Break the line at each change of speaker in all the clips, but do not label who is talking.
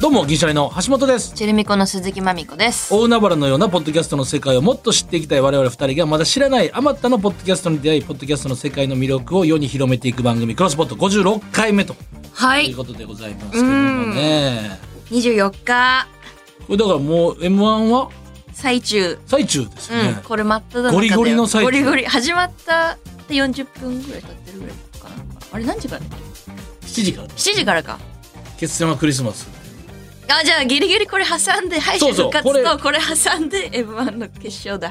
どうも銀シャリの橋本です
チェルミコの鈴木まみこです
大海原のようなポッドキャストの世界をもっと知っていきたい我々二人がまだ知らないあまたのポッドキャストに出会いポッドキャストの世界の魅力を世に広めていく番組「クロスポット56回目と
は
いうことでございますけどもね
24日
これだからもう m 1は
最中
最中です
う
よ
ん、
ね、
これ真っ只中だよ
ゴリゴリの最中
ゴリゴリ始まったって40分ぐらい経ってるぐらいかなあれ何時からだっけ
7時からね
7時からか
決戦はクリスマス
あじゃあギリギリこれ挟んで敗
そう
者
そう
復
これ
活とこれ挟んで m 1の決勝だ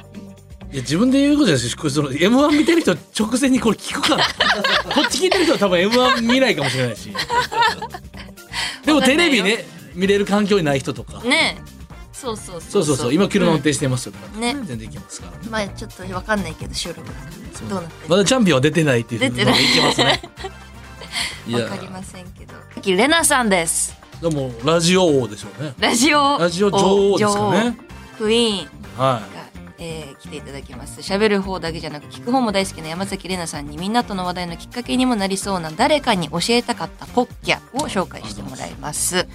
いや自分で言うことですしこれその m 1見てる人直前にこれ聞くから こっち聞いてる人は多分 m 1見ないかもしれないしでも
わか
テ
んな
レ
い
ビ
よ
ね見れる環境にない人とか、
ねえそうそうそ
そううそうそう今車運転してますよとか、
ね
全然できますからね
まあちょっと分かんないけど収録だからどうなってる
まだチャンピオンは出てないっていう
出てない
のでいけます ねい
かわかりませんけどさっきレナさんです
でもラジオ王でしょうね
ラジオ
ラジオ女王ですかね
王クイーン
は
が、えー来ていただきます喋る方だけじゃなく聞く方も大好きな山崎玲奈さんにみんなとの話題のきっかけにもなりそうな誰かに教えたかったポッキャを紹介してもらいます。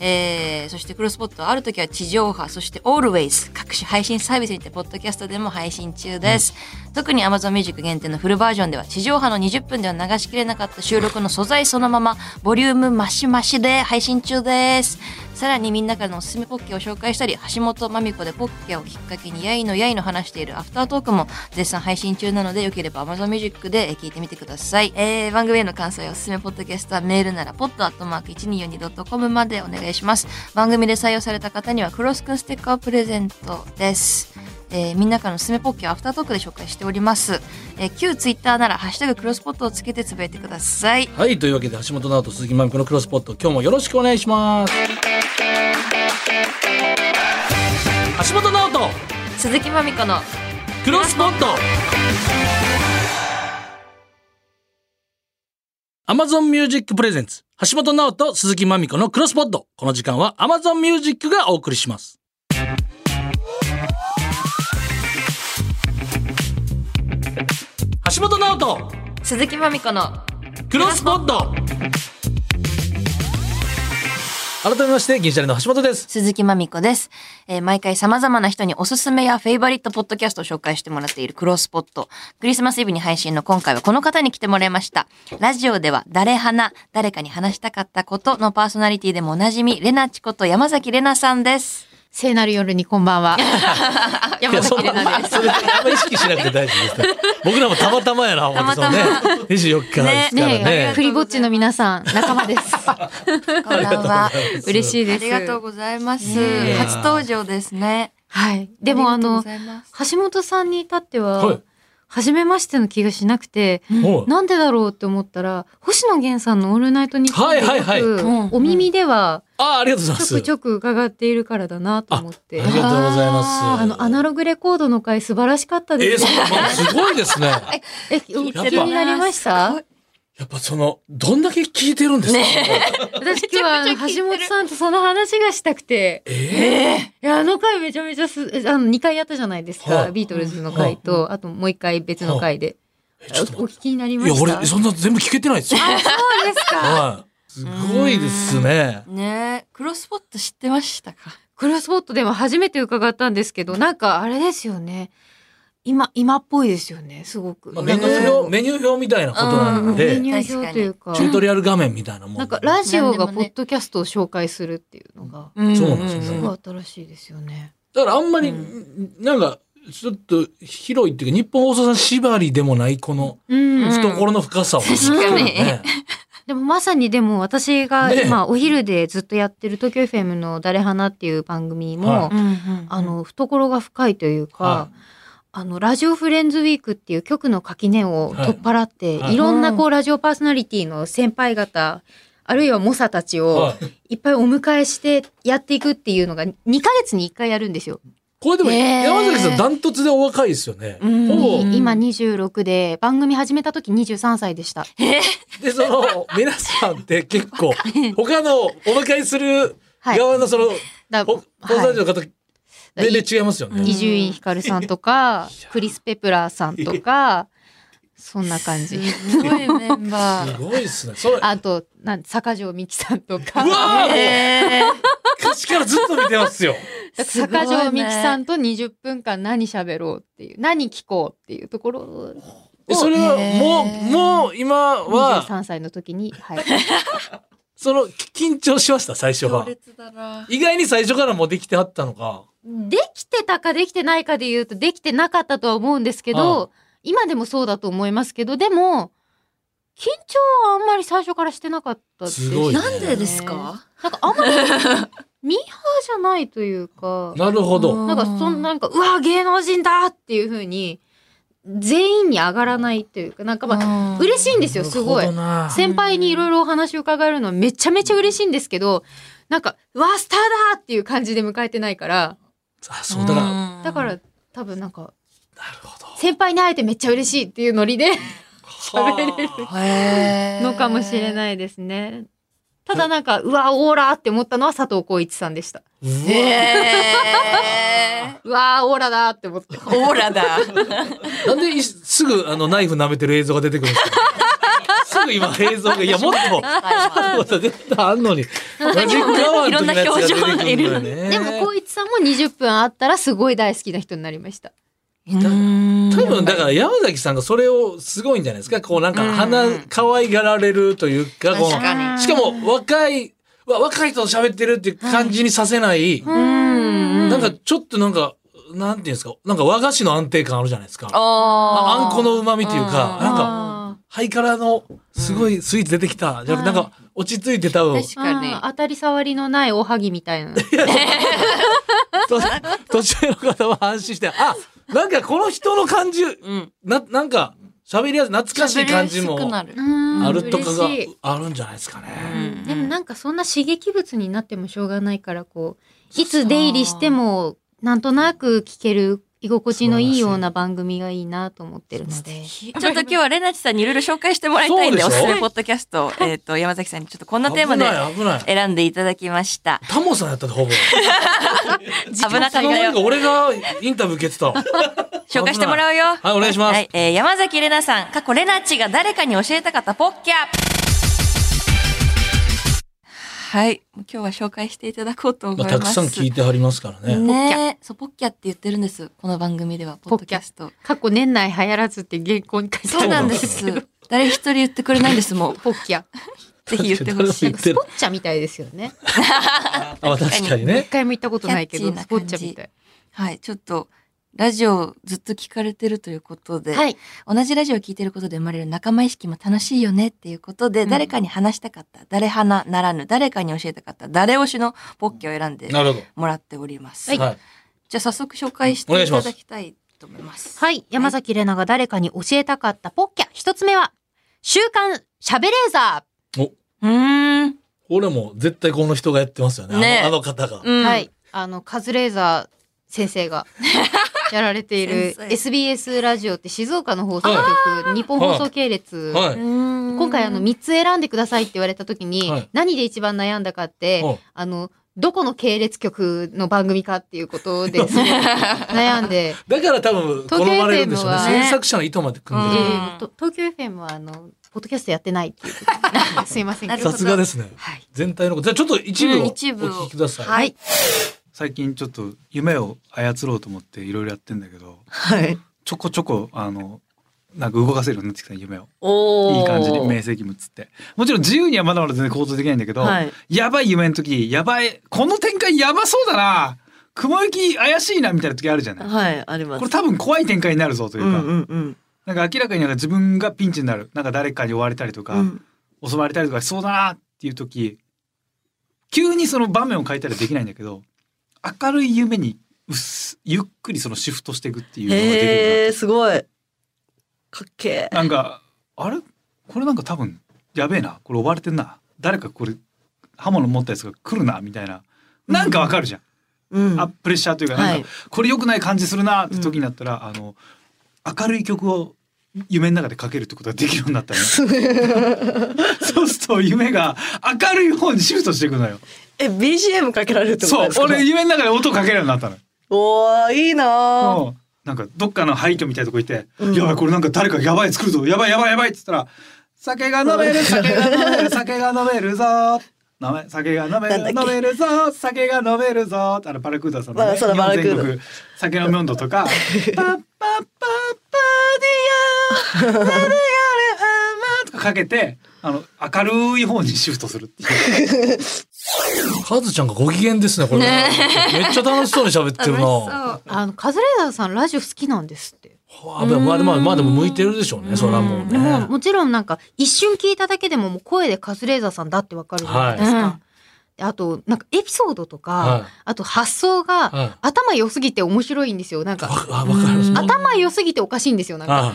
えーそしてクロスポットはある時は地上波、そして Always 各種配信サービスにてポッドキャストでも配信中です。特に Amazon Music 限定のフルバージョンでは地上波の20分では流しきれなかった収録の素材そのままボリュームマシマシで配信中です。さらにみんなからのおすすめポッケを紹介したり、橋本まみ子でポッケをきっかけにやいのやいの話しているアフタートークも絶賛配信中なので、よければ Amazon Music で聞いてみてください。えー、番組への感想やおすすめポッドキャストはメールなら、ポッドアットマーク 1242.com までお願いします。番組で採用された方には、クロスくんステッカーをプレゼントです。えーみんなからのおすすめポッケをアフタートークで紹介しております。えー、旧ツイッターなら、ハッシュタグクロスポットをつけてつぶやいてください。
い、はい、というわけで橋本直人鈴木まみこのクロスポット今日もよろしくお願いします橋本直人
鈴木まみこの
クロスポット Amazon Music Presents 橋本直人鈴木まみこのクロスポットこの時間は Amazon Music がお送りします橋本直人
鈴木まみこの
クロスポット改めまして銀シャリの橋本です
鈴木まみこです。えー毎回様々な人におすすめやフェイバリットポッドキャストを紹介してもらっているクロスポット。クリスマスイブに配信の今回はこの方に来てもらいました。ラジオでは誰花、誰かに話したかったことのパーソナリティでもおなじみ、レナチこと山崎レナさんです。
聖なる夜にこんばんは。山崎れなです。
それあんま意識しなくて大丈夫 です。僕らもたまたまやな、本当そうね。24日 ですから
ね
ね
ね。
クリぼっちの皆さん、仲間です。
こんばんは。
嬉しい
あ
です。
りがとうございます。
ね
え
初登場ですね。
はい。でもあ
り
の、
がとうございます
橋本さんに至っては、
はい
初めましての気がしなくて、
もう
なんでだろうって思ったら、星野源さんのオールナイトニッポンでよく
はいはいはい
うん
お耳では
あ、ありがとうございま
ち
す。
ょ
あ
くちょく伺っているからだなと思って。
りがとうございます。
あの、アナログレコードの回素晴らしかった
え
で
ー
す。
そうまあすごいですね。
え、お
やっぱ
聞きになりました
やっぱその、どんだけ聞いてるんですか
私今日はあの橋本さんとその話がしたくて。いや、あの回めちゃめちゃす、あの、2回やったじゃないですか。
はい
ビートルズの回と、あともう1回別の回で。
えちょっと
おお
待っ
聞きになりま
て。い
し
や、
た。
俺、
そ
そ
う
んな全部聞けてないですよ。
ですか。
はい。すごいですね。
ねえ、クロスポット知ってましたか
クロスポットでも初めて伺ったんですけど、なんかあれですよね。今、今っぽいですよね、すごく。
まあ
な
メ
ん
ニ
か
ュ
そ
ー
の
表、メニュー表みたいなことな
う
の
ん
メ
で、
ニュー表というか
チ。ュートリアル画面みたいなもんで。
なんかラジオ
なんで
が
もね
ポッドキャストを紹介するっていうのが、
そうなんですよ
す
うん
ごい新しいですよね。
だからあんまり、なんか、ちょっと広いっていうか、日本放送さん縛りでもない、この、
うん
懐の深さを感じてるよね。
でもまさにでも私が
ねえ
今お昼でずっとやってる東京 FM の「誰花」っていう番組も、
は
あの懐が深いというか、
は
あのラジオフレンズウィークっていう局の垣根を取っ払って、
はいはい
い、ろんなこうラジオパーソナリティの先輩方あるいは猛者たちを
はい
いっぱいお迎えしてやっていくっていうのが2ヶ月に1回やるんですよ。
これでも
へー
山崎さんダントツでお若いですよね。
うん
ほぼ
うん
今26で番組始めた時23歳でした
でその皆さんって結構他のお迎えする
はい
側のその
だ
ほ放送
は
事の方
い
年齢違いますよ
うん
ね
伊。集院光さんとかクリス・ペプラーさんとかそんな感じ
すごいメンバ
す
ー。
ごいですね。それ
あとなん坂上美紀さんとか
うわー
えー
歌詞からずっと見てますよ。
だか
すご
ら
いね
坂上美紀さんと20分間何喋ろうっていう何聞こうっていうところを
えそれはも
へー
うもう今は
23歳の時に、はい、
その 緊張しました最初
強
は。
烈だな。
意外に最初からもうできてあったのか。
できてたかできてないかで言うとできてなかったとは思うんですけど、今でもそうだと思いますけどでも緊張はあんまり最初からしてなかったです
すごいね
なんでですか？
なんかあんまりミーハーじゃないという か
なるほ
う
ど。
なんかそんなんかうわ芸能人だっていう風に全員に上がらないというかなんかまあ
ま
嬉しいんです
な
よ
る
す
ほ
ごい
ど。な
先輩にいろいろお話を伺えるのはめちゃめちゃ嬉しいんですけどなんかうわスターだっていう感じで迎えてないから
あそうだから。なる
だから多分なんか
ほど。
先輩に会えてめっちゃ嬉しいっていうノリで喋れる
はあ
ら
のかもしれ
い。
ないですね。ただなんか、うわ、オーラって思ったのは佐藤浩市さんでした。
うわ
え
うわ、オーラだって思って。
ー、オーラだ。
なんでいすぐあのナイフ舐めてる映像が出てくるんですか すぐ今映像がいやもっともっと絶対あんのにマジックアワーの時のやつが出てくるんだよね
でも浩市さんも20分会ったらすごい大好きな人になりました。
多
多
分だから山崎さんがそれをすごいんじゃないですかこうなんか鼻
うん
可愛がられるというかこ
確か
う
に
しかも若いうわ若い人と喋ってるっていう感じにさせない、
うん
なんかちょっとなんかなんていうんですかなんか和菓子の安定感あるじゃないですか
あ
あんこの旨味というかなんか
あ
ハイカラのすごいスイーツ出てきた、じゃなくなんか落ち着いて多分
確
ー
かに
あー当たり障りのないおはぎみたいな。
と 年上の方は安心して、あ、なんかこの人の感じ、
うん
な、なんか喋りやすい、懐かしい感じ
喋りやすく
も
なる
うん
あるとかが
嬉しい
あるんじゃないですかね。
うん
でもなんかそんな刺激物になってもしょうがないからこういつ出入りしてもなんとなく聞ける居心地のいいような番組がいいなと思ってるので。
ちょっと今日はレナチさんにいろいろ紹介してもらいたいんで、
そう
お
ですしょ
すめポッドキャストを、えっと、山崎さんにちょっとこんなテーマで
危ない、危ない。
選んでいただき ました。
タモさんやったでほ ぼ。い
危なかった
つの間にか
よ。
俺がインタビュー受けてたわ。
紹介してもらうよ。
危ないはいお願いします
はい、えー山崎レナさん、過去レナチが誰かに教えたかったポッキャはい。今日は紹介していただこうと思い
まあ、
ます。
たくさん聞いてはりますからね。
ねそう、ポッキャって言ってるんです。この番組では、ポッドキャスト。
過去年内流行らずって原稿に書いて
そうなんです。誰一人言ってくれないんです、もう。
ポッキャ。
ぜひ言って ほし
言
い
な
っ
ん
てる
かスポッチャみたいですよね。
あ、まあ確かに
一
ね。
回も行ったことないけ
キ
ど
ャッチーな
スポ
感
ッ
じ
チャみたい。
はい、ちょっと、ラジオずっと聞かれてるということで、
はい。
同じラジオを聞いてることで生まれる仲間意識も楽しいよねっていうことで、
うん
誰かに話したかった、誰花ならぬ、誰かに教えたかった、誰推しのポッケを選んで
なるほ
もらっております。
ど。はい。
じゃあ早速紹介して
お願い
い
しま
た
す
だきたいと思います。
はい。山崎れなが誰かに教えたかったポッキャ。一つ目は、週刊シャベレーザ
うーん。
俺も絶対この人がやってますよね。あの
ねえ
あの方が。
う
ー。
ん。
は。い。あの、カズレーザー先 生がやられている
先生
SBS ラジオって静岡の放送局、日本放送系列。
は
今
今
回あの、3つ選んでくださいって言われた時
は
に
い、
何で一番悩んだかって、
い。
あの、どこの系列局の番組かっていうことで、すご い悩んで、
だから多分、好まれるんでしょうね。
東京 FM は
制作者の意図まで組ん
え
でる。
ーと東京 FM はあの、ポッドキャストやってないってい うことですいません
なるほど
さすがですね。
はい。
全体のこと。じゃあちょっと一部を
うん
お
一部を
聞きください。
はい。
最近ちょっと夢を操ろうと思っていろいろやってんだけど
はい。
ちょこちょこあのなんか動かせるようになってきた夢を
お
いい感じに明晰夢っつってもちろん自由にはまだまだ全然行動できないんだけど、
はい
やばい夢の時やばいこの展開やばそうだな雲行き怪しいなみたいな時あるじゃない、
はい、ありま
これ多分怖い展開になるぞというか、
んうん。
なんか明らかになんか自分がピンチになるなんか誰かに追われたりとか、
うん
襲われたりとかしそうだなっていう時急にその場面を変えたりはできないんだけど明るい夢にうっすゆっくりそのシフトしていくっていうのができる
へえすごいかっけえ
ななんかあれこれなんか多分やべえなこれ追われてんな誰かこれ刃物持ったやつが来るなみたいななんかわかるじゃん、
うん
あプレッシャーというか
は
ないんかこれ良くない感じするなって時になったら、あの明るい曲を夢の中でかけるってことができるようになったねそうすると夢が明るい方にシフトしていくのよ
え BGM かけられるってこ
そ
と
う
ですか
俺夢の中で音かけるようになったの
おーいいなー
もうなんかどっかの廃墟みたいなとこ行って「
うん
やばいこれなんか誰かやばい作るぞやばいやばいやばい」っつったら「酒が飲める酒が飲 める酒が飲めるぞ」飲め酒が飲める
なんだっ
飲
け
めるぞ酒が飲めるぞあのパラクーダさんの、
まあそうだ
日本
パラクーダ
全国酒飲み温度と か「パッパッパッパディアーパディアレアマー」とかかけてあの明るい方にシフトするっていう
カズちゃんがご機嫌ですね、これ。
ね
めっちゃ楽しそうに喋ってるな。は
そう。
あのカズレーザーさんラジオ好きなんですって。
あ、まあまあ、まあ、まあでも向いてるでしょうね、それはもうね。
もうもちろんなんか一瞬聞いただけでももう声でカズレーザーさんだってわかるじゃないですか。
はいうん
であとなんかエピソードとか、
はい
あと発想が、
はい
頭良すぎて面白いんですよなん
わ
か
あわかる。
頭良すぎておかしいんですよなんか
あ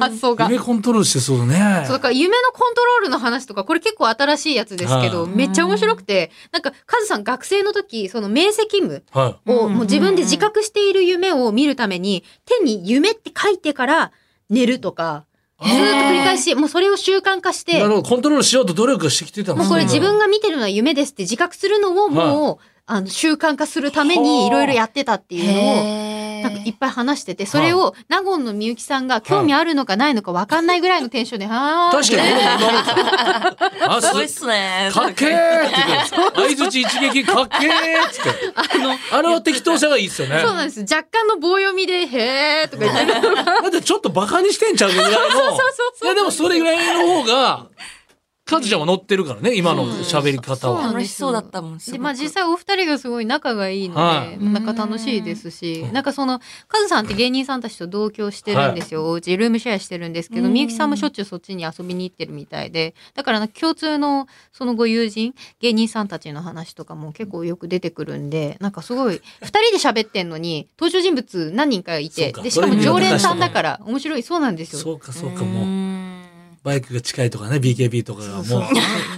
発想が。
夢コントロールしてそうだね。
そうだから夢のコントロールの話とかこれ結構新しいやつですけど
は
めっちゃ面白くてなんかカズさん学生の時その明晰夢
は
をもう自分で自覚している夢を見るために手に夢って書いてから寝るとか
い。
ずーっと繰り返しもうそれを習慣化して
なるほど、コントロールしようと努力してきてたんで
もう
す
これ
ね
自分が見てるのは夢ですって自覚するのをもうあの習慣化するためにいろいろやってたっていうのを
へ
なんかいっぱい話してて、それを納言のみゆきさんが興味あるのかないのかわかんないぐらいのテンションで、はー
確かに、 あ、
すごいっ
す、
すね。
かっけーって言って、相槌一撃かっけーって言って。あの、あの適当さがいいっすよね。
そうなんです。若干の棒読みで、へーとか言ってる。
だってちょっとバカにしてんちゃうぐらいの。いやでもそれぐらいの方が、カズちゃんは乗ってるからね、今の喋り方
そう
は。
楽しそうだったもん。すご
で、
く
まあ実際お二人がすごい仲がいいので、
はい
なんか楽しいですし、なんかその、カズさんって芸人さんたちと同居してるんですよ。おうちルームシェアしてるんですけど、みゆきさんもしょっちゅうそっちに遊びに行ってるみたいで、だからなんか共通のそのご友人、芸人さんたちの話とかも結構よく出てくるんで、なんかすごい、二人で喋ってんのに、登場人物何人かい
そう
て、
か
で、しかも常連さんだから、面白い、そうなんですよ。
そうか、そうか、
うー
もう。
ん
バイクが近いとかね、BKB とかがもう。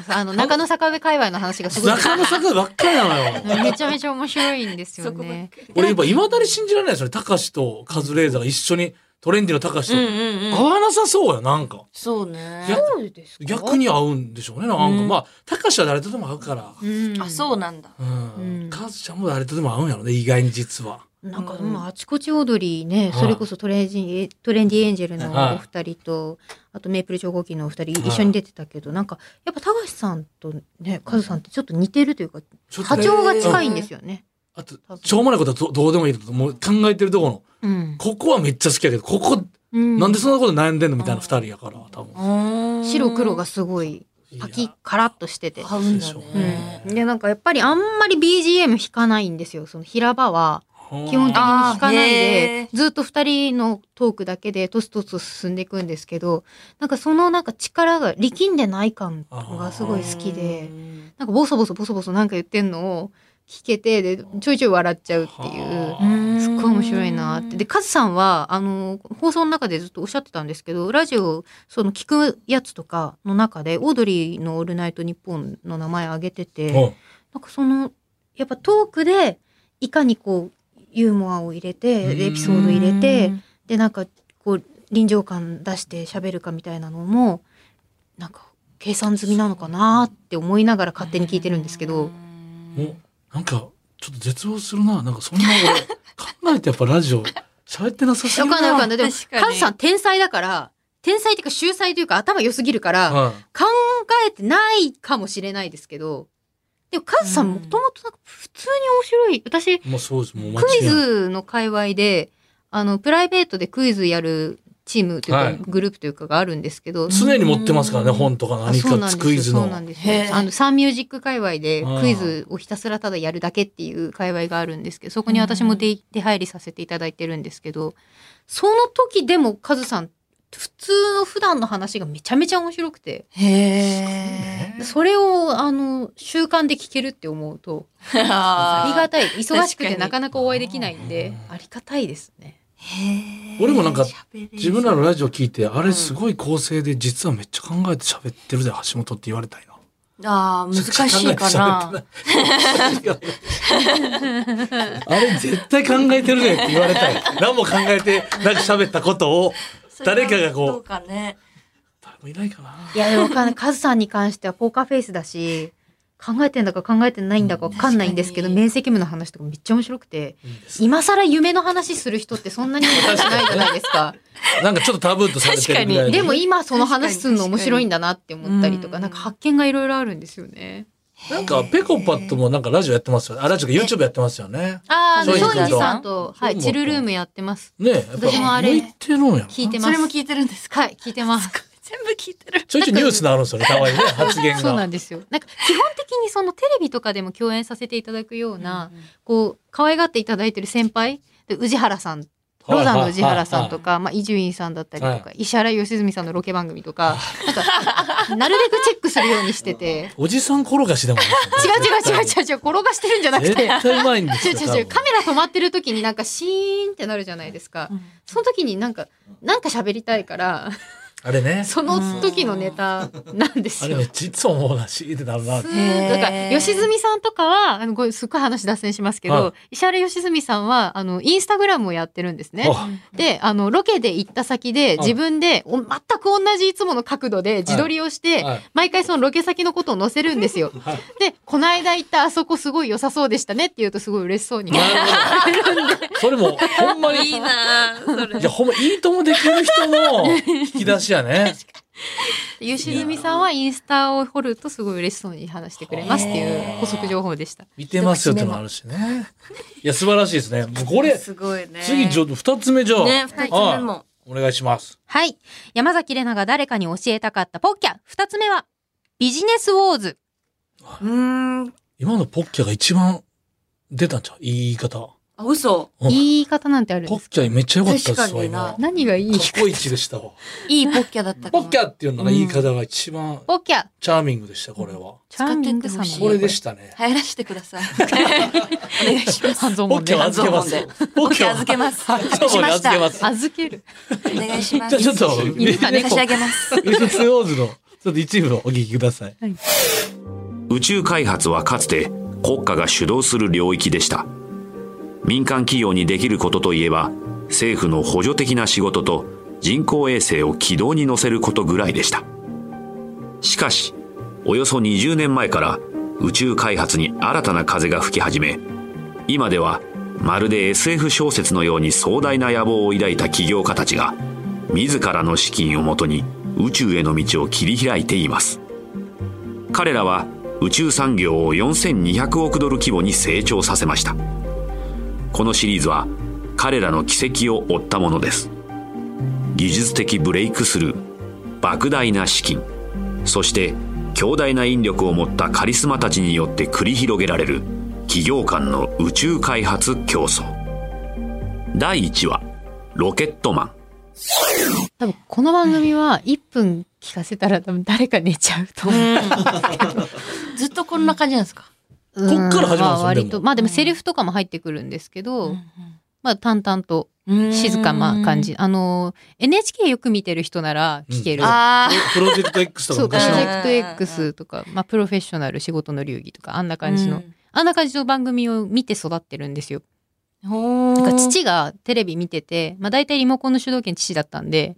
あの中野坂上界隈の話がす ごい
中野坂ばっかりなのよ。
めちゃめちゃ面白いんですよね。
俺今、いまだに信じられないですよね。たかしとカズレーザーが一緒に、トレンディのたかし
うん
と。
うんうん。
合わなさそうや、なんか。
そうね。
逆
そうです
逆に合うんでしょうね、なんか。まあ、たかしは誰とでも合うから。
うん、
あ、そうなんだ。
うん
ん。
カズちゃんも誰とでも合うんやろね、意外に実は。
なんか、まあ、あちこち踊りね、それこそトレンジントレンディエンジェルのお二人と、あとメイプル超合金のお二人一緒に出てたけど、なんか、やっぱ高橋さんとね、カズさんってちょっと似てるというか、
ちょっと
波
ね
長が近いんですよね。
あと
多分、
しょうもないことはどどうでもいいと、もう考えてるところの、
うん。
ここはめっちゃ好きやけど、ここ、
うん
なんでそんなこと悩んでんのみたいな二人やから、多分。
白黒がすごい、パ
い
キ
や
カラッとしてて。
合うんだね。
でなんかやっぱりあんまり BGM 弾かないんですよその平場は基本的に弾かない
あーへ
で
ー
ずっと2人のトークだけでトストス進んでいくんですけどなんかそのなんか力が力んでない感がすごい好きでなんかボソボソボソボソなんか言ってんのを聞けてでちょいちょい笑っちゃうっていう
は。
うん
すっごい面白いなって。で、カズさんは、あの、放送の中でずっとおっしゃってたんですけど、ラジオ、その聞くやつとかの中で、オードリーのオールナイトニッポンの名前挙げてて、
うん
なんかそのやっぱトークでいかにこうユーモアを入れて
うん
でエピソード入れて
うん
でなんかこう臨場感出して喋るかみたいなのもなんか計算済みなのかなって思いながら勝手に聞いてるんですけど
もうなんかちょっと絶望するななんかそんな俺考えてやっぱラジオ喋ってなさす
よ
ぎる
かん
な
ないよかんないでも
確かに
カズさん天才だから天才っていうか秀才というか頭良すぎるから、
は
考えてないかもしれないですけどでもカズさんもともとなんか普通に面白い私
いもうそうですもう間違
クイ
いない
ズの界隈であのプライベートでクイズやるチームというか、
はい
グループというかがあるんですけど、
常に持ってますからね本とか
あ
何
そうな
か
んですよ
クイズ
そ
の
うなんです
へ
よ
え
あのサンミュージック界隈で
うん
クイズをひたすらただやるだけっていう界隈があるんですけどそこに私も出出入りさせていただいてるんですけどその時でもカズさん普通の普段の話がめちゃめちゃ面白くて
へえ。
それをあの習慣で聞けるって思うとありが
あ
たい忙し
確か
くて
に
なかなかお会いできないんでありがたいですね。
ー
俺もなんか
喋れる
自分らのラジオ聞いてあれすごい構成で実はめっちゃ考えて喋ってるで橋本って言われたいな
ああ、難しいかな。
あれ絶対考えてるねって言われたい。何も考えてなく喋ったことを誰かが
それはど
こ
うかね。
う誰もいないかない
やでもわかんないカズさんに関してはポーカーフェイスだし考えてんだか考えてないんだかわかんないんですけど
確かに
明晰夢の話とかめっちゃ面白くて
いいですね。
今更夢の話する人ってそんなに面白くないじゃない ですか
なんかちょっとタブーとされてるぐらいの
でも今その話するの面白いんだなって思ったりとか
確かに
なんか発見がいろいろあるんですよね
なんかペコパットもなんかラジオやってますよね。あラジオか YouTube やってますよね。
ああ
松
松
陰寺
陰
と
寺さんとは
松陰寺
い
と
チルルームやってます
ねえ、やっぱ
私もあれ
向いてるんやろな。
聞いて
そ
ま
れ
す
も聞いてるんですか
はい聞いてます
全部聞いてる。
ちょいちょいニュースになるんですよね。たまにね発言
そうな
が。
んですよなんか基本的にそのテレビとかでも共演させていただくような、こう可愛がっていただいてる先輩で宇治原さんロザンの宇治原さんとか、まあ、伊集院さんだったりとか、石原良純さんのロケ番組とか、なんか、なるべくチェックするようにしてて、
おじさん転がしでも違
違う違う違う違う違う、転がしてるんじゃなく
絶
て、
対うまいんです
違う
よ。
違う違う、
多
カメラ止まってる時になんかシーンってなるじゃないですか。その時になんか、なんか喋りたいから、
分あれね。
その時のネタなんで
あ
す
れ
よ
め。っちゃいつも思うなしってなるなって。
へー
だから良純さんとかはあのこれすっごい話脱線しますけど、
は
石原良純さんはあのインスタグラムをやってるんですね。
あ
であのロケで行った先で自分でお全く同じいつもの角度で自撮りをして、
はい
毎回そのロケ先のことを載せるんですよ。
はい
でこの間行ったあそこすごい良さそうでしたねって言うとすごい嬉しそうに。
なるほど。それもほんま に。
いいなあそれ
いや、ほんま、いいともできる人の引き出しや ね。
良純さんはインスタを掘るとすごい嬉しそうに話してくれますっていう補足情報でした。
見てますよってのもあるしね。いや、素晴らしいですね。もうこれ、
すごいね。
次、ちょっと二つ目じゃあ。
ね二つ目も
はいお願いします。
はい。山崎怜奈が誰かに教えたかったポッキャ。二つ目は、ビジネスウォーズ。
うーん。
今のポッキャが一番出たんちゃう言い方。
あ、嘘。
うん
言い方なんてあるん
ポ
です
ッキャめっちゃ良かったっ
確
す
か
わ、
にな
今。
何がいい
過去一でしたわ。
いいポッキャだったか
ポ
も
ッキャっていうのが言い方が一番
ポッキャ。
チャーミングでした、これは。
チャーミングさ
使ってってほ
ん
しい
これでしたね。
流行らしてください。お願いします。
半蔵
ポ
門
ッキャ
で
は預けます。ポッキャは
預けます。
半蔵門に預けます。
預ける。
お願いします。
じゃあちょっと、
犬か
差
猫
し上げます。
ビジネスウォーズの、ちょっと一部をお聞きください。
宇宙開発はかつて国家が主導する領域でした民間企業にできることといえば政府の補助的な仕事と人工衛星を軌道に乗せることぐらいでしたしかしおよそ20年前から宇宙開発に新たな風が吹き始め今ではまるで SF 小説のように壮大な野望を抱いた起業家たちが自らの資金をもとに宇宙への道を切り開いています彼らは宇宙産業を4200億ドル規模に成長させましたこのシリーズは彼らの軌跡を追ったものです技術的ブレイクスルー莫大な資金そして強大な引力を持ったカリスマたちによって繰り広げられる企業間の宇宙開発競争第1話「ロケットマン」
多分この番組は1分聞かせたら多分誰か寝ちゃうと思う。
ずっとこんな感じなんですか。
こ
こっから始まるんですよ
割
で
と。
も
まあでもセリフとかも入ってくるんですけど、まあ淡々と静かな感じ。。あの、NHK よく見てる人なら聞ける。
うん
あ
プロジェクト X とか
そう、プロ
昔
ジ
の。
ェクト X とか、まあ、プロフェッショナル仕事の流儀とか、あん
あ
な感じの、。あんな感じの番組を見て育ってるんですよ。
ほ
なん
ー
か父がテレビ見てて、まあ、大体リモコンの主導権父だったんで、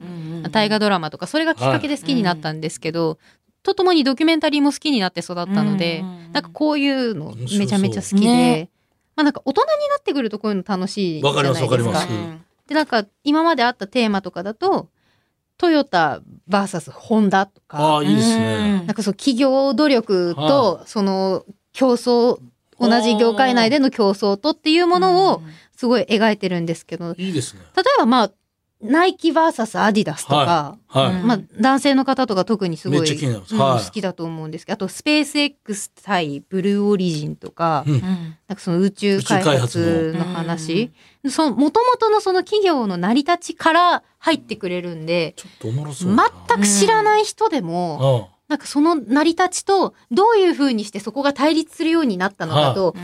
大河ドラマとか、それがきっかけで好きになったんですけど、とともにドキュメンタリーも好きになって育ったので、なんかこういうのめちゃめちゃ好きで、
ね
まあなんか大人になってくるとこういうの楽しいじゃ
わか
ない
りま
で
すす
か。
わかります
でなんか今まであったテーマとかだと、トヨタ VS ホンダとか。
ああ、いいですね。
なんかそう企業努力とその競争同じ業界内での競争とっていうものをすごい描いてるんですけど例え
いいですね。
ばまあナイキ VS アディダスとか、
は
まあ、男性の方とか特にす
め
ご
っ
い
ちゃ気になる
うん
はい
好きだと思うんですけどあとスペース X 対ブルーオリジンとか,、
うん
なんかその宇宙開発の話その元々のその企業の成り立ちから入ってくれるんで
い。ちょっとおもろそう
全
やな。
く知らない人でも、
うん。
なんかその成り立ちとどういうふうにしてそこが対立するようになったのかと、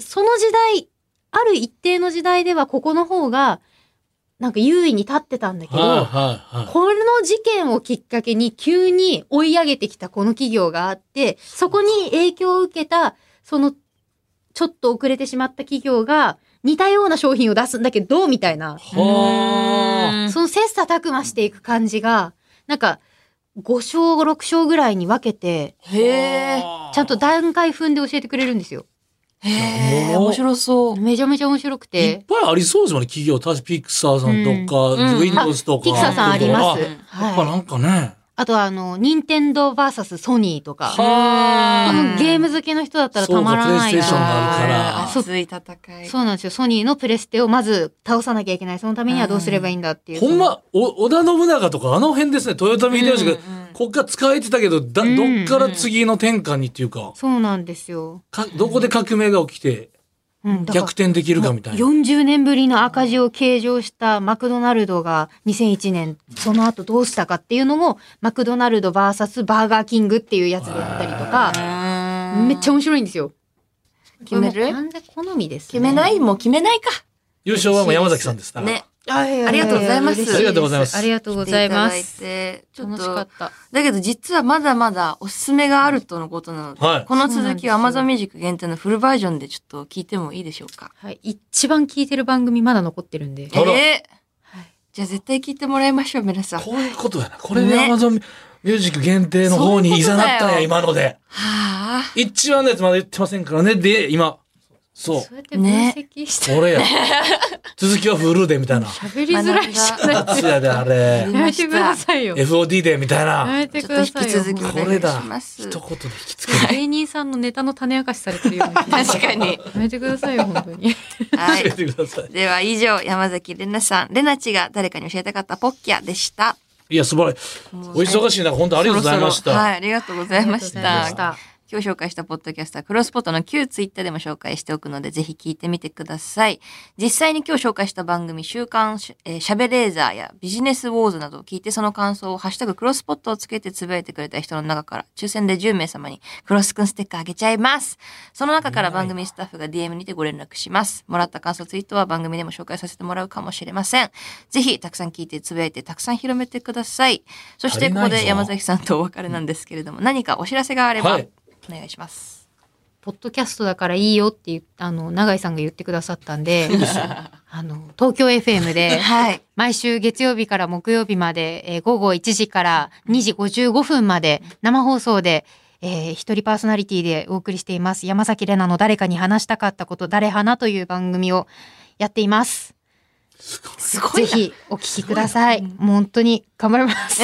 その時代ある一定の時代ではここの方がなんか優位に立ってたんだけど、
はいはいはい。
この事件をきっかけに急に追い上げてきたこの企業があって、そこに影響を受けた、その、ちょっと遅れてしまった企業が、似たような商品を出すんだけど、みたいな、
は
その切磋琢磨していく感じが、なんか、5章、6章ぐらいに分けて、
へえ。
ちゃんと段階踏んで教えてくれるんですよ。
へえ。面白そう。
めちゃめちゃ面白く。
あ。いってぱいありそうですもんね、企業。確かピクサーさんとか、
うんうん
Windows とか。
ピクサーさんあり
あ
ます
やっ。ぱ
はい。
なんかね。
あとは、あの、任天堂 VS ソニーとか。多
は
分ゲーム好きの人だったらたまらない
そうかプレイステーションがあるから
あー熱い戦い。
そうなんですよ。ソニーのプレステをまず倒さなきゃいけない。そのためにはどうすればいいんだっていう。
ほんま、お織田信長とかあの辺ですね、豊臣秀吉が、こっから使えてたけど、だ、
うん
どっから次の転換にっていうか、
そのそうなんですよ。
かどこで革命が起きて
うん、だから
逆転できるかみたいな。
40年ぶりの赤字を計上したマクドナルドが2001年、その後どうしたかっていうのも、マクドナルド VS バーガーキングっていうやつでやったりとか、
うん
めっちゃ面白いんですよ。
決める
これも完全好みです、ね。
決めないもう決めないか。
優勝はもう山崎さんです。だから
ね。
あいやいやいや
ありがとうございます
嬉し
ありがとうございます
ありがとうございます。
来ていただい
楽
て
し
ちょ
か
っ
っ
と。
た。
だけど実はまだまだおすすめがあるとのことなので、
はい
この続きは
そうなんですよ
Amazon Music 限定のフルバージョンでちょっと聞いてもいいでしょうか。
はい、一番聞いてる番組まだ残ってるんで。
あら
えー
はい
じゃあ絶対聞いてもらいましょう、皆さん。は
こういうことやな。これで
ね
Amazon ミュージック限定の方に
そういう
い
こと
ざ
だよ
なったんや、今ので。
あ。
一番のやつまだ言ってませんからね。で、今。そう。
そうやって分析して、
俺 や。続きはフルで、みたいな。
喋りづらいじゃない
夏やで、あれ
や。り
や
ま
め
して
く
た
ださいよ。や
FOD で、みたいな。
めて
ちょ
く
っと
だ
引
さい
き続
よ。
きお
これ
願い
だ
します。
一言で引きつけ
芸人さんのネタの種明かしされてるような。確
確か。に。
やめてくださいよ、本当に。
はい
て。ください。
では以上、山崎れなさん、れなちが誰かに教えたかったポッキャでした。
いや、素晴らしい。お忙しい中、本当ありがとうございまし
そろそろは
た。
い、ありがとうございまし
ありがとうございま
た
し。た
今日紹介したポッドキャストはクロスポットの旧ツイッターでも紹介しておくのでぜひ聞いてみてください。実際に今日紹介した番組週刊し,、えー、しゃべレーザーやビジネスウォーズなどを聞いてその感想をハッシュタグクロスポットをつけてつぶやいてくれた人の中から抽選で10名様にクロスくんステッカーあげちゃいます。その中から番組スタッフが DM にてご連絡します。もらった感想ツイートは番組でも紹介させてもらうかもしれません。ぜひたくさん聞いてつぶやいてたくさん広めてください。そしてここ
足
で
りない
山
ぞ
崎さんとお別れなんですけれども何かお知らせがあれば、
はい
お願いします。
ポッドキャストだからいいよって言っあの、永井さんが言ってくださったんで、あの、東京 FM で、
はい。
毎週月曜日から木曜日まで、えー午後1時から2時55分まで生放送で、えー一人パーソナリティでお送りしています。山崎怜奈の誰かに話したかったこと、誰花という番組をやっています。
すご
ぜひお聞きください。もう本当に頑張ります。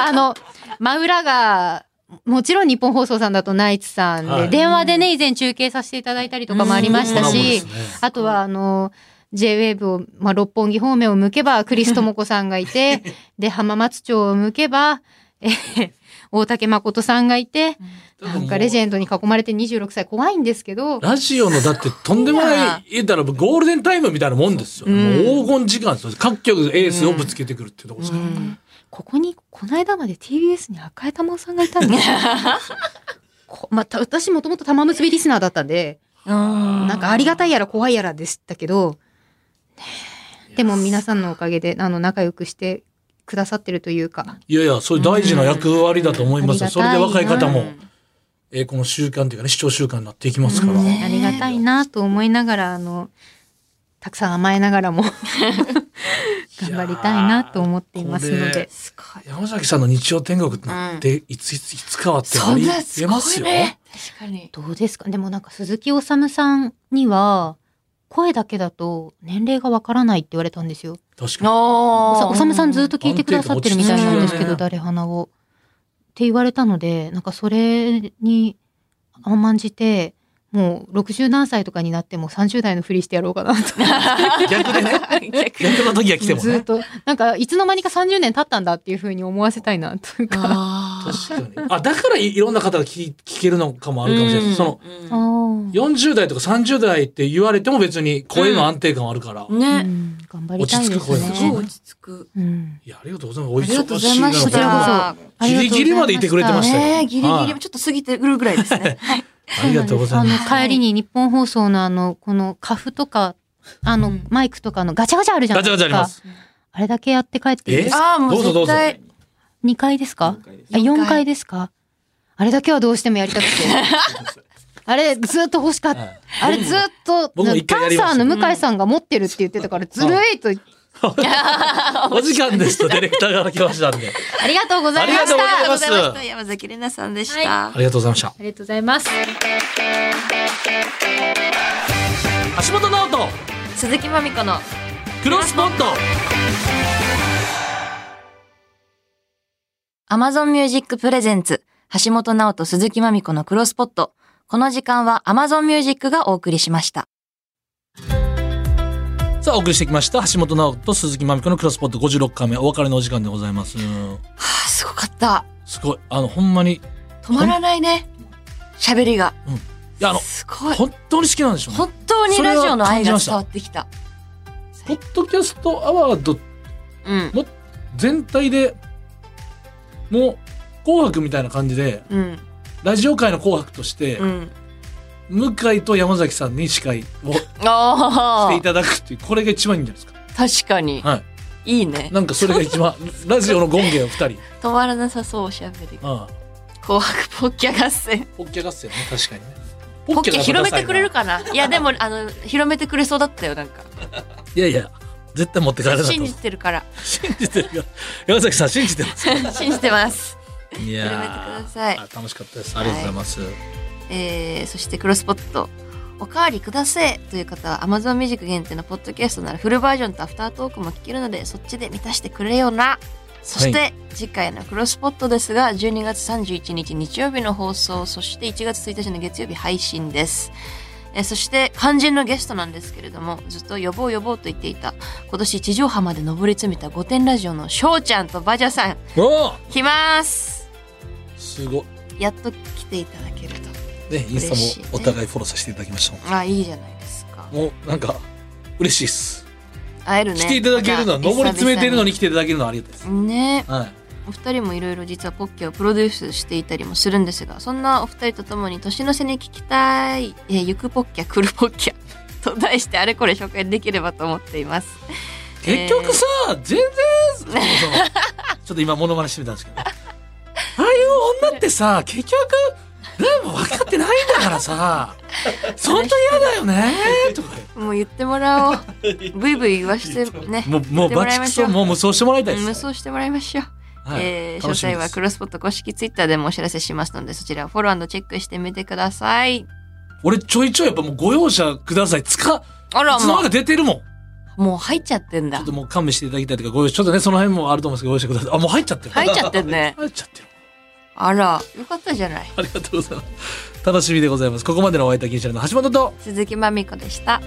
あの、真裏が、もちろん日本放送さんだとナイツさんで、
はい
電話でね、以前中継させていただいたりとかもありまし
う
た
んコラボで
し、
すね
あとはあの、J-WAVE を、まあ、六本木方面を向けば、クリストモコさんがいて、で、浜松町を向けば、えー大竹誠さんがいて、なんかレジェンドに囲まれて26歳怖いんですけど、
ラジオのだってとんでもない、言ったらゴールデンタイムみたいなもんですよ。もう黄金時間ですよ。各局エースをぶつけてくるっていうところですから。
ここにこの間まで TBS に赤江珠緒さんがいたん ですよこまあ、た私もともと玉結びリスナーだったんでなんかありがたいやら怖いやらでしたけど、ねえでも皆さんのおかげであの仲良くしてくださってるというか
いやいや、それ大事な役割だと思いますよ。
うん
それで若い方
ありがたい
も、えーこの習慣というかね、視聴習慣になっていきますから。
ありがたいなと思いながらあのたくさん甘えながらも 頑張りたいなと思っていますの
これ
で。
すごい。
山崎さんの日曜天国なんて、いついついつかはってあ
そん
り
な
え
すご
ます
い
よ。
ね。確かに。
どうですかでもなんか鈴木おさむさんには声だけだと年齢がわからないって言われたんですよ。
確かに。
おさ
お
おさむさんずっと聞いてくださってるみたいなんで
安定感落ち
すけ
着いてるよね
ど誰花を。って言われたのでなんかそれに甘んじてもう60何歳とかになっても30代のふりしてやろうかなと
逆でね。
逆
逆の時 が来ても
ずっ
ね。
となんかいつの間にか30年経ったんだっていうふうに思わせたいなというか。
あ
確かに。あ、だからいいろんな方が聞聞けるのか もあるかもしれないです。その、
あー
40代とか30代って言われても別に声の安定感はあるから。い
うん
ね。
頑張りたいです
落ち着く声
ね。
落ち着く。
うん
や、ありがとうございます。
ありが
お
とう
忙
ござ
し
い
い
ま
な
し
こちらこそ
た。
ありがとうございま
ギリ
した
ギリまでいてくれてましたよ。
ねえギリギリ、
はい
ちょっと過ぎてくるぐらいですね。はい。
ありがとうございます。
あの帰りに日本放送のあのこのカフとかあの、マイクとかのガチャガチャあるじゃな
ガ
い
チャ
で
ガチャ
す
ありま
か。
す。
あれだけやって帰っていいですか
ああ、も
どう
う
ぞどう
絶
ぞ。
対。
2階ですかあ
四階
4階ですかあれだけはどうしてもや りたくて。あれずっと欲しかった。あれずっと、
僕も一回
パ
や
ン
りま
サ
し
ー
た
の向井さんが持ってるって言ってたから、ずるいと、
お時間です とディレクターから来ましたんで。
ありがとうございま
ありがとう
し
ご
た。
ざいます
ありがとうございました山崎怜奈さんでした。
ありがとうございました。
ありがとうございます。
橋本直人、
鈴木まみこの
クロスポット。
Amazon Music Presents 橋本直人鈴木まみこのクロスポット。この時間は Amazon Music がお送りしました。
さあ、お送りしてきました。橋本直人と鈴木まみこのクロスポット56回目、お別れのお時間でございます。
はあ、すごかった。
すごい。あの、ほんまに、い
止まらないね。喋りが。
や、あの、
すごい。
本当に好きなんでしょうね。
本当にラジオの愛が伝わってきた。
ポッドキャストアワード
うん。
全体で、もう、紅白みたいな感じで、
うん。
ラジオ界の紅白として、
うん。
向井と山崎さんに司会をし
あ
てい
あ、
ただくっていう、これが一番いいんじゃないですか。
確かに。。
はい
いね。
なんかそれが一 番、ラジオの権限を二人。
止まらなさそう、おしゃべりが。
ああ
紅白ポッキャ合戦。
ポッキャ合戦ね、確かにね。
ポッキャ
がまた
広めてくれる
ダ
かないや、でも、あの、広めてくれそうだったよ、なんか。
サいないやいや、絶対持って帰れないと思
信
う。
じてるから。
信じてるよ。山崎さん信じてます。
信じてます。
いや
広めてください
ーあ楽しかったです。ありがとうございます。
えー、そしてクロスポット。おかわりくださいという方は Amazon Music 限定のポッドキャストならフルバージョンとアフタートークも聞けるのでそっちで満たしてくれよな。そして、
は
次回のクロスポットですが12月31日日曜日の放送そして1月1日の月曜日配信です。えーそして肝心のゲストなんですけれどもずっと呼ぼう呼ぼうと言っていた今年地上波まで上り詰めた御殿ラジオの翔ちゃんとバジャさん
おー
来ます
すごい。
やっと来ていただけると
ね、イン
嬉し
ス
い
タ
ね
もお互いフォローさせていただきました。
あいいじゃないですか
もうなんか嬉しいです。
会えるね
来ていただけるのは、
また
上り詰めてるのに来ていただけるのはありがたいです
久。々にね
はい。
お二人もいろいろ実はポッキャをプロデュースしていたりもするんですがそんなお二人とともに年の瀬に聞きたい、えー行くポッキャ来るポッキャ と題してあれこれ紹介できればと思っています
結局さ、全然、そのちょっと今モノマネしてみたんですけど。ああいう女ってさ、 結局、何も分かってないんだからさ、そんな嫌だよねとか。
もう言ってもら おうブイブイ言わしてね
もう、もう
言っても
バ
ら
チ
いま
ク
しょ
ソ、
う
もう無双してもらいたいです。
無双してもらいましょう
はい
えー詳
楽しみで
細は
す
クロスポット公式ツイッターでもお知らせしますのでそちらをフォローチェックしてみてください
俺ちょいちょいやっぱもうご容赦ください。つか、
あ
い
ら
つの
も
間にか出てるもん。
うもう入っちゃってん
ちょ
だ
っともう勘弁していただきたいというか、ご容赦、ちょっとね、その辺もあると思うんですけど、ご容赦ください。あ、もう入っちゃってる。
入っちゃってんね
入っちゃってる。
あらよかったじゃない
ありがとうございます。楽しみでございます。ここまでのお相手は銀シャリの橋本と、
鈴木まみこでした